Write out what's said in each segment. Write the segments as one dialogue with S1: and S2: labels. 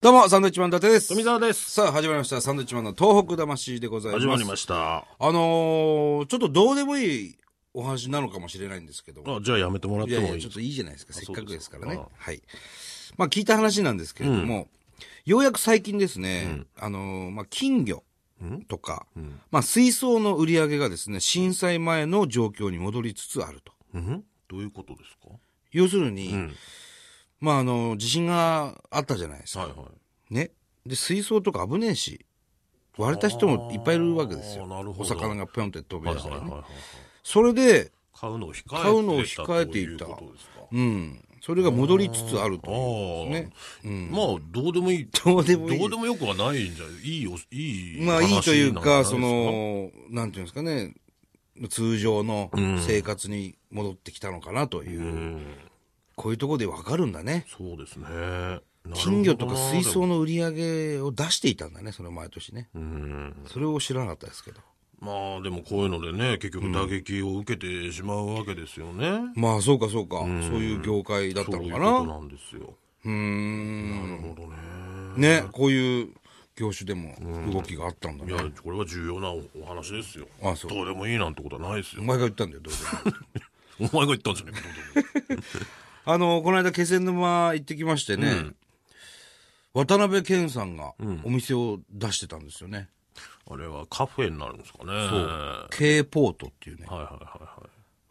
S1: どうも、サンドウィッチマン伊達です。
S2: 富澤です。
S1: さあ、始まりました。サンドウィッチマンの東北魂でございます。
S2: 始まりました。
S1: あのー、ちょっとどうでもいいお話なのかもしれないんですけども。
S2: あ、じゃあやめてもらっ
S1: い
S2: て
S1: や
S2: もいい
S1: いや、ちょっといいじゃないですか。せっかくですからね
S2: そうです。
S1: はい。まあ、聞いた話なんですけれども、ようやく最近ですね、あのー、まあ、金魚とか、まあ、水槽の売り上げがですね、震災前の状況に戻りつつあると。
S2: うんどういうことですか
S1: 要するに、
S2: ん
S1: まあ、あの、地震があったじゃないですか。
S2: はいはい。
S1: ね。で、水槽とか危ねえし、割れた人もいっぱいいるわけです
S2: あ
S1: よ。
S2: ーなるほど
S1: お魚がぴょんって飛び
S2: はい
S1: 出
S2: は
S1: した
S2: いはい
S1: りね。
S2: はい。
S1: それで、
S2: 買うのを控えていた。
S1: 買うのを控えていた
S2: とうことですか
S1: うん。それが戻りつつあると
S2: あ
S1: いうね。
S2: あ、まあ、どうでもいい。
S1: どうでもいい
S2: どうでもよくはないんじゃ、いいよ、いい。
S1: まあいいという
S2: 話なん
S1: か、
S2: じゃ
S1: そ
S2: ないですか、
S1: の、なんていうんですかね、通常の生活に戻ってきたのかなという、
S2: うん、
S1: こういうところでわかるんだね。
S2: そうですね。なるほどな
S1: 金魚とか水。槽の売り上げを出していたんだね、その毎年ね。
S2: うん。
S1: それを知らなかったですけど。
S2: まあ、でもこういうのでね、結局打撃を受けてしまうわけですよね。
S1: まあそうかそうか、そういう業界だった
S2: そう
S1: の
S2: いうこ
S1: か
S2: と
S1: な。
S2: なんですよ。
S1: うーん。
S2: なるほどね。
S1: ね、こういう業種でも動きがあったんだ
S2: い
S1: ね。
S2: や、これは重要なおお話ですよ。
S1: あそう
S2: どうでもいいなんてことはないです
S1: お
S2: よ。
S1: 前が言ったんだよ、どうでも
S2: お前が言ったんじゃねえか、
S1: あの、この間気仙沼行ってきましてね、渡辺謙さんがお店を出してたんですよね。
S2: どうでもあれはカフェになるんですかね。そう。は
S1: K ポートっていうね
S2: い、は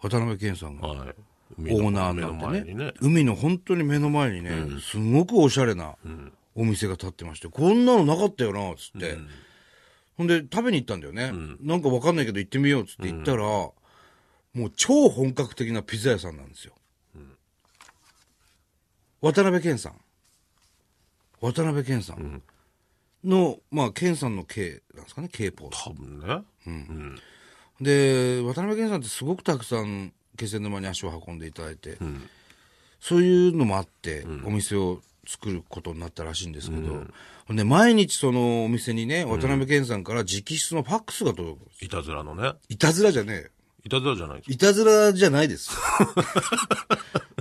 S1: 渡辺謙さん
S2: い
S1: が
S2: はいはい。はい。
S1: オ
S2: 海の
S1: ーナーにな
S2: 目の
S1: っ
S2: 前
S1: てね
S2: にね。
S1: 海の本当に目の前にね、すごくおしゃれなお店が建ってまして、こんなのなかったよな、つって。ほんで、食べに行ったんだよね。なんかわかんないけど行ってみよう、つって行ったら、もう超本格的なピザ屋さんなんですよ。渡辺謙さん。渡辺謙さん。の、まあ、謙さんの K なんですかね、K ポーズ。
S2: 多分ね。うん。
S1: で、渡辺謙さんってすごくたくさん気仙沼に足を運んでいただいて、そういうのもあって、お店を作ることになったらしいんですけど、ほんで、毎日そのお店にね、渡辺謙さんから直筆のファックスが届く。
S2: いたずらのね。
S1: いたずらじゃねえよ。
S2: いたずらじゃないです
S1: いたずらじゃない ですよ。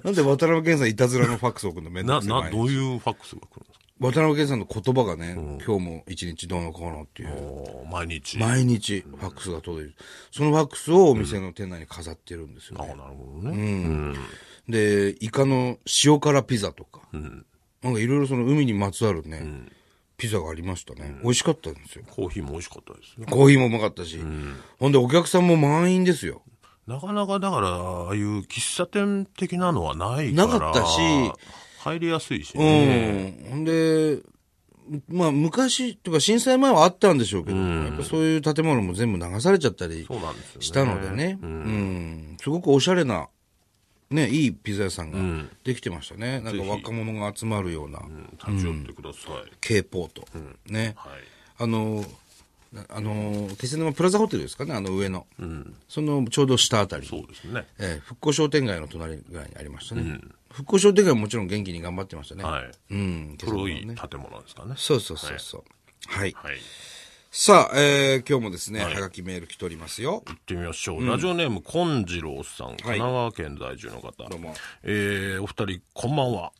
S1: なんで渡辺謙さんいたずらのファックス送るのめんど
S2: な、
S1: くさ
S2: な、
S1: い
S2: どういうファックスが来るんですか
S1: 渡辺謙さんの言葉がね、今日も一日どうのこうのっていう。
S2: おー毎日。あ
S1: 毎日ファックスが届いてる。そのファックスをお店の店内に飾ってるんですよ、
S2: あ、
S1: ね。
S2: なるほどね。
S1: で、イカの塩辛ピザとか、なんかいろいろその海にまつわるね、ピザがありましたね、美味しかったんですよ。
S2: コーヒーも美味しかったですね。
S1: コーヒーもうまかったし、ほんでお客さんも満員ですよ。
S2: なかなか、だから、ああいう喫茶店的なのはない
S1: な
S2: から。
S1: かったし
S2: 入りやすいし
S1: う
S2: ね。
S1: ん。ほんで、まあ昔とか震災前はあったんでしょうけど、やっぱそういう建物も全部流されちゃったり
S2: そうなんですよね。
S1: したのでね、うん、すごくおしゃれな、ね、いいピザ屋さんができてましたね。なんか
S2: ぜひ
S1: 若者が集まるような
S2: うん。立ち寄ってください。
S1: K ポート、ね。
S2: はい。
S1: あの、なあの、気仙沼プラザホテルですかね、あの上の。そのちょうど下あたり。
S2: そうですね。
S1: ええ復興商店街の隣ぐらいにありましたね。復興商店街ももちろん元気に頑張ってましたね。
S2: はい。
S1: うん、気仙
S2: 黒
S1: 沼
S2: い
S1: ね。
S2: 建物ですかね。
S1: そうそうそうそう。はい。
S2: はい。
S1: さあ、えー、今日もですね、はがきメール来ておりますよ。
S2: 行ってみましょう。ラジオネーム、金次郎さん、神奈川県在住の方。
S1: どうも。
S2: えー、お二人、こんばんは。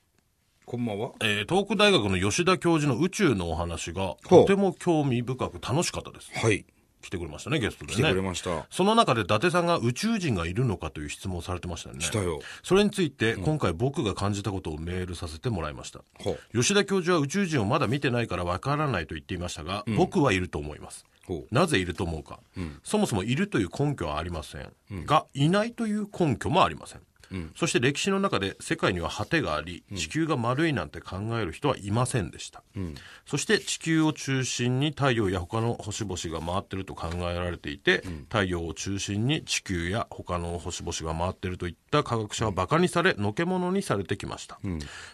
S1: こんばんは。
S2: えー、東北大学の吉田教授の宇宙のお話が、
S1: ほう
S2: とても興味深く楽しかったです。
S1: はい。
S2: 来てくれましたね、ゲスト
S1: 来
S2: でね。
S1: てくれました。
S2: その中で伊達さんが宇宙人がいるのかという質問をされてましたよね。
S1: したよ
S2: それについて、今回僕が感じたことをメールさせてもらいました。
S1: ほ
S2: 吉田教授は宇宙人をまだ見てないからわからないと言っていましたが、僕はいると思います。
S1: ほう
S2: なぜいると思うか、そもそもいるという根拠はありません、がいないという根拠もありません、そして歴史の中で世界には果てがあり地球が丸いなんて考える人はいませんでした、そして地球を中心に太陽や他の星々が回ってると考えられていて、太陽を中心に地球や他の星々が回ってるといった科学者は馬鹿にされのけものにされてきました、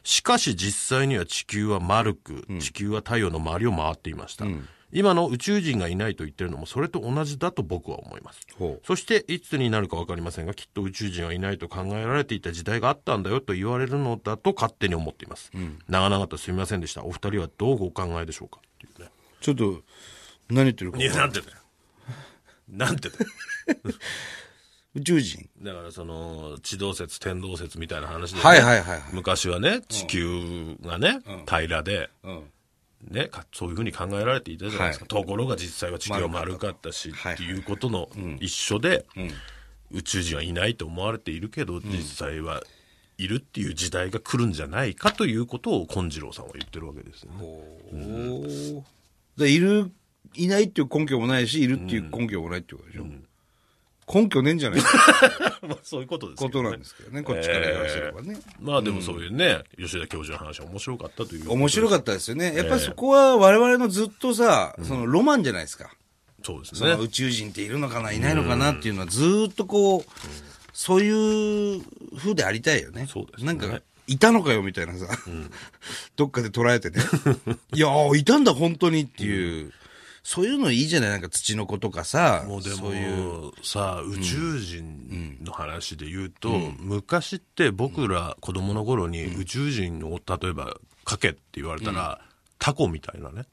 S2: しかし実際には地球は丸く地球は太陽の周りを回っていました、今の宇宙人がいないと言ってるのもそれと同じだと僕は思います。
S1: ほ
S2: そしていつになるか分かりませんがきっと宇宙人はいないと考えられていた時代があったんだよと言われるのだと勝手に思っています。長々とすみませんでした。お二人はどうお考えでしょうかっていうね。
S1: う。ちょっと、何言ってるか
S2: い
S1: 分
S2: や、
S1: かんない
S2: なんてだよ。なんてだよ。
S1: 宇宙人。
S2: だからその地動説天動説みたいな話で、ね
S1: はいはいはいはい
S2: 昔はね地球がね、平らで、
S1: うん
S2: ね、かそういうふうに考えられていたじゃないですか、ところが実際は地球は丸かったし、
S1: はい
S2: っていうことの一緒で、宇宙人はいないと思われているけど、実際はいるっていう時代が来るんじゃないかということを金次郎さんは言ってるわけですね。
S1: おでいる、いないっていう根拠もないし、いるっていう根拠もないっていうことでしょ。根拠ねえんじゃないかって
S2: まあそういうことですけ
S1: こ
S2: ど
S1: と
S2: ね
S1: なんですけどね、こっちから言わせればね。
S2: まあでもそういうね、吉田教授の話は面白かったという。
S1: 面白かったですよね。やっぱりそこは我々のずっとさ、そのロマンじゃないですか。
S2: そうです
S1: その
S2: ね。
S1: 宇宙人っているのかな、いないのかなっていうのはずーっとこう、そういう風でありたいよね。
S2: そうです
S1: な
S2: ね
S1: んか、いたのかよみたいなさ、どっかで捉え てね。いやー、いたんだ、本当にっていう。そういうのいいじゃないなんか土の子とかさ、
S2: もうで
S1: そういう。
S2: も、さあ、宇宙人の話で言うと、昔って僕ら子供の頃に宇宙人を例えばかけって言われたら、タコみたいなね、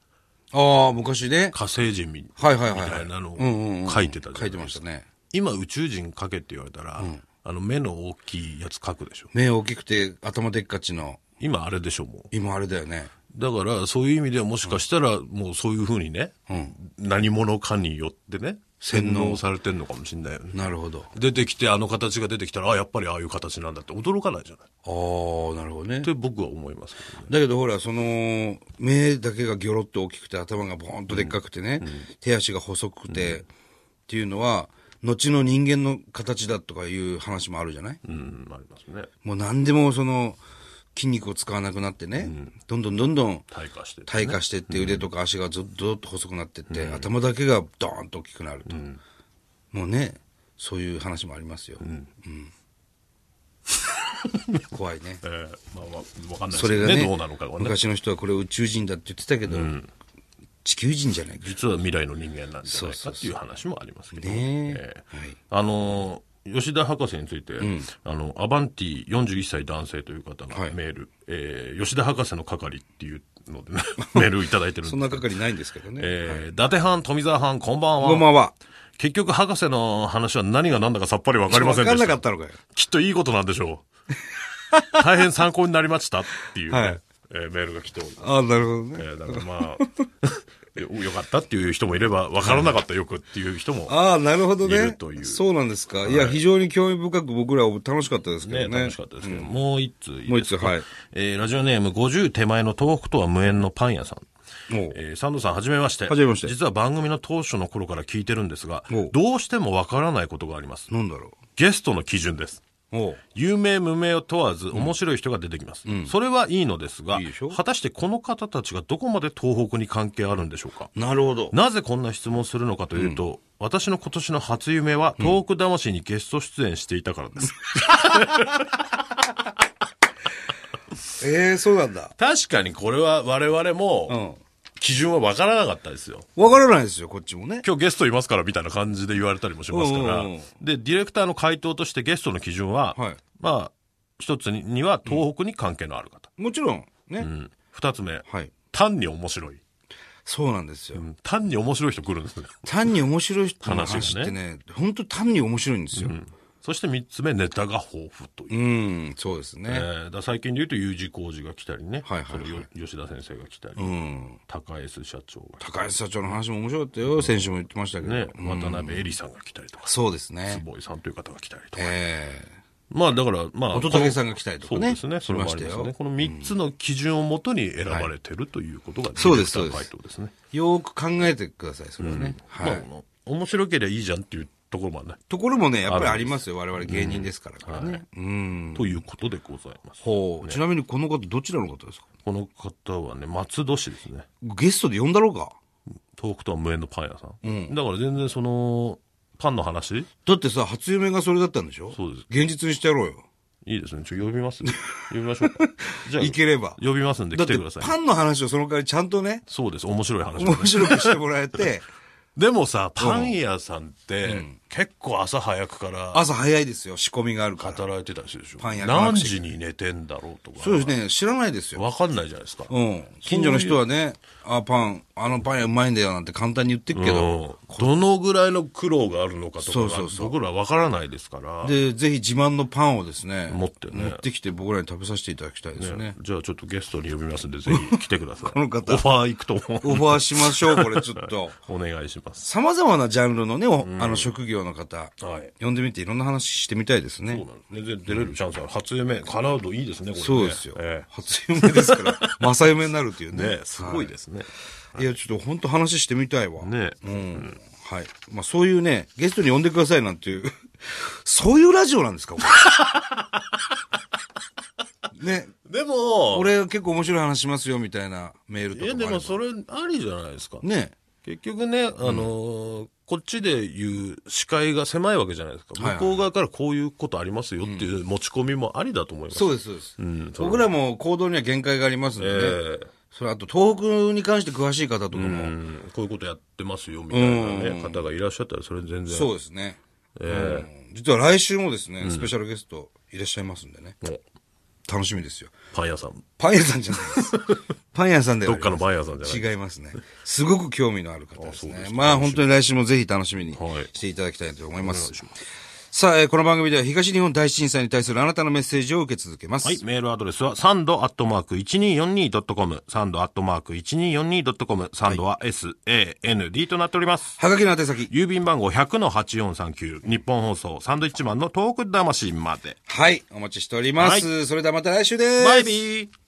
S1: ああ、昔ね。
S2: 火星人み
S1: はいはいはいはい。
S2: みたいなのを
S1: うんうんうん
S2: 書いてたじゃ
S1: 書
S2: ないい
S1: てま
S2: で
S1: し
S2: す
S1: たね。
S2: 今宇宙人かけって言われたら、あの目の大きいやつ書くでしょ。
S1: 目大きくて頭でっかちの、
S2: 今あれでしょ、もう。
S1: 今あれだよね。
S2: だから、そういう意味ではもしかしたら、もうそういうふうにね、何者かによってね、洗脳されてるのかもしれないよね。
S1: なるほど。
S2: 出てきて、あの形が出てきたら、あ、やっぱりああいう形なんだって驚かないじゃない。
S1: ああ、なるほどね
S2: っ。て僕は思いますけどね。
S1: だけどほら、その、目だけがギョロッと大きくて、頭がボーンとでっかくてね、手足が細くて、っていうのは、後の人間の形だとかいう話もあるじゃない
S2: うん、ありますね。
S1: もう何でもその、筋肉を使わなくなってね、どんどんどんどん
S2: 退化してる。
S1: 退化してって、腕とか足がずっとっと細くなってって、頭だけがドーンと大きくなると。もうね、そういう話もありますよ。 うん怖いね。
S2: えーまあまあ、わかんないです
S1: そ
S2: け
S1: れ
S2: ど
S1: が
S2: ね
S1: ね
S2: どうなのかはね。
S1: 昔の人はこれ宇宙人だって言ってたけど、地球人じゃないか
S2: 実は未来の人間なんじゃ
S1: そう
S2: ないか
S1: そうそう
S2: っていう話もありますけど。
S1: ねえ
S2: えー
S1: はい
S2: あのー吉田博士について、あの、アバンティ41歳男性という方の
S1: はい
S2: メール、えー吉田博士の係っていうのでね、 メールをいただいてるんです
S1: そんな係ないんですけどね、
S2: えー伊達藩、富澤藩、こんばんは。
S1: こんばんは
S2: 結局、博士の話は何が何だかさっぱりわかりませんで
S1: 分かん
S2: し
S1: な
S2: た。
S1: かったのかよ
S2: きっといいことなんでしょう。大変参考になりましたっていうね、
S1: はい
S2: えーメールが来ております。
S1: ああなるほど
S2: え
S1: ね
S2: ーだからまあ、 よよかったっていう人もいれば、わからなかったよくっていう人も、
S1: ああなるほど
S2: いる
S1: ね
S2: という
S1: そうなんですか、い、や非常に興味深く僕らは楽しかったですけ
S2: ね、
S1: どね
S2: 楽しかったですけど、もう一通いいですか
S1: もう一つはい
S2: えーラジオネーム50手前の東北とは無縁のパン屋さん。
S1: もう、
S2: えーサンドさん、はじめまして。
S1: はじめまして
S2: 実は番組の当初の頃から聞いてるんですが
S1: おう、
S2: どうしてもわからないことがあります。
S1: なんだろ
S2: ゲストの基準です。
S1: うおう
S2: 有名無名を問わず面白い人が出てきます、それはいいのですが
S1: いいでしょ
S2: 果たしてこの方たちがどこまで東北に関係あるんでしょうか
S1: なるほど
S2: なぜこんな質問をするのかというと、私の今年の初夢は東北魂にゲスト出演していたからです、
S1: ええそうなんだ
S2: 確かにこれは我々
S1: う
S2: も
S1: ん
S2: 基準は分からなかったですよ
S1: 分からないですよこっちもね
S2: 今日ゲストいますからみたいな感じで言われたりもしますから、
S1: うんうんうん
S2: でディレクターの回答としてゲストの基準は、
S1: はい
S2: まあ一つには東北に関係のある方、
S1: もちろんね、
S2: うん、二つ目
S1: はい
S2: 単に面白い
S1: そうなんですよ、
S2: 単に面白い人来る んですね。
S1: 単に面白い人の
S2: 話
S1: 話
S2: が
S1: って
S2: ね
S1: ね本当単に面白いんですよ
S2: そして3つ目、ネタが豊富という。
S1: うん、そうですね、
S2: えーだから最近で言うと U 字工事が来たりね、
S1: はいはいはい
S2: そのよ吉田先生が来たり、
S1: うん
S2: 高安社長が来
S1: 高橋社長の話も面白かったよ、先週も言ってましたけど、
S2: たり、ね渡辺恵里さんが来たりとか、
S1: そうですね
S2: 坪井さんという方が来たりとか、
S1: ええ
S2: まあだから、まあ、
S1: 乙武さんが来たりとか
S2: そうで
S1: ね
S2: すね、それもありま
S1: し
S2: す
S1: ました
S2: ね。
S1: よ
S2: この3つの基準をもとに選ばれてるということが、
S1: そうです
S2: ディレクターの回答ですね。
S1: よーく考えてくださいそれはね、はい、
S2: まああの、面白ければいいじゃんっていうところもね、
S1: ところもねやっぱりありますよ我々芸人ですからからね、うん
S2: ということでございます。
S1: ほうちなみにこの方どちらの方ですか
S2: この方はね、松戸市ですね。
S1: ゲストで呼んだろうか
S2: 東北とは無縁のパン屋さん、だから全然そのパンの話い
S1: だってさ初夢がそれだったんでしょ
S2: そうです
S1: 現実にしてやろうよ
S2: いですねちょ呼 びます呼びましょうかじゃあ
S1: いければ
S2: 呼びますんで
S1: だっ
S2: 来
S1: てて
S2: ください
S1: パンの話をその代わりちゃんとね
S2: そうです面白い話を
S1: 面白くしてもらえて
S2: でもさパン屋さんって、結構朝早くから
S1: 朝早いですよ仕込みがあるから
S2: 働いてたりするでしょ
S1: パン焼きマー
S2: 何
S1: クして
S2: 時に寝てんだろうとか
S1: そうですね知らないですよ
S2: 分かんないじゃないですか、
S1: うん。近所の人はね、あ、パン、あのパン屋うまいんだよなんて簡単に言ってるけど、
S2: うんどのぐらいの苦労があるのかとか
S1: そう
S2: が
S1: そうそう
S2: 僕ら分からないですから
S1: で、ぜひ自慢のパンをですね、
S2: 持ってね
S1: 持ってきて僕らに食べさせていただきたいですよね。
S2: じゃあちょっとゲストに呼びますんでぜひ来てください
S1: この方
S2: オファー行くと
S1: オ
S2: 思
S1: ファーしましょう、こ れちょっと。
S2: うお願いします
S1: 様々なジャンルのね、おあの職業の方、
S2: はい
S1: 呼んでみていろんな話してみたいです
S2: そう
S1: ね。
S2: なんですねで出れるチャンスある初夢叶うといいですねこれね
S1: そうですよ。
S2: え
S1: 初夢です から、正夢になるっていう
S2: え
S1: ね。。
S2: ねすごいですすね、
S1: いや、ちょっと本当話してみたいわ。
S2: ね
S1: うん。はい。まあそういうね、ゲストに呼んでくださいなんていう、 そういうラジオなんですか、これ ね。
S2: でも
S1: 俺結構面白い話しますよ、みたいなメールとか
S2: いや
S1: もあれば。
S2: でもそれありじゃないですか
S1: ね。
S2: 結局ね、あのーこっちで言う視界が狭いわけじゃないですか。
S1: はいはい
S2: 向こう側からこういうことありますよっていう持ち込みもありだと思います。
S1: そうです、そうです。
S2: んそう
S1: 僕らも行動には限界がありますんでね。
S2: ええ
S1: それあと東北に関して詳しい方とかも、
S2: うんこういうことやってますよみたいなね、方がいらっしゃったらそれ全然。
S1: そうですね。うん実は来週もですね、スペシャルゲストいらっしゃいますんでね。
S2: もう
S1: 楽しみですよ。
S2: パン屋さん。
S1: パン屋さんじゃないです。パン屋さんでは
S2: ど
S1: あ
S2: っ
S1: り
S2: か
S1: ません
S2: のパン屋さんじゃない。
S1: 違いますね。すごく興味のある方です
S2: あそう
S1: ね
S2: で。すか
S1: まあ本当に来週もぜひ楽しみに
S2: はい
S1: していただきたいと思います。さあ、えーこの番組では東日本大震災に対するあなたのメッセージを受け続けます。
S2: はい、メールアドレスはサンドアットマーク 1242.com、サンドアットマーク 1242.com、サンドは SAND となっております。
S1: はがきの宛先。
S2: 郵便番号100の8439、日本放送、サンドイッチマンのトーク魂まで。
S1: はい、お待ちしております。それではまた来週です。
S2: バイビー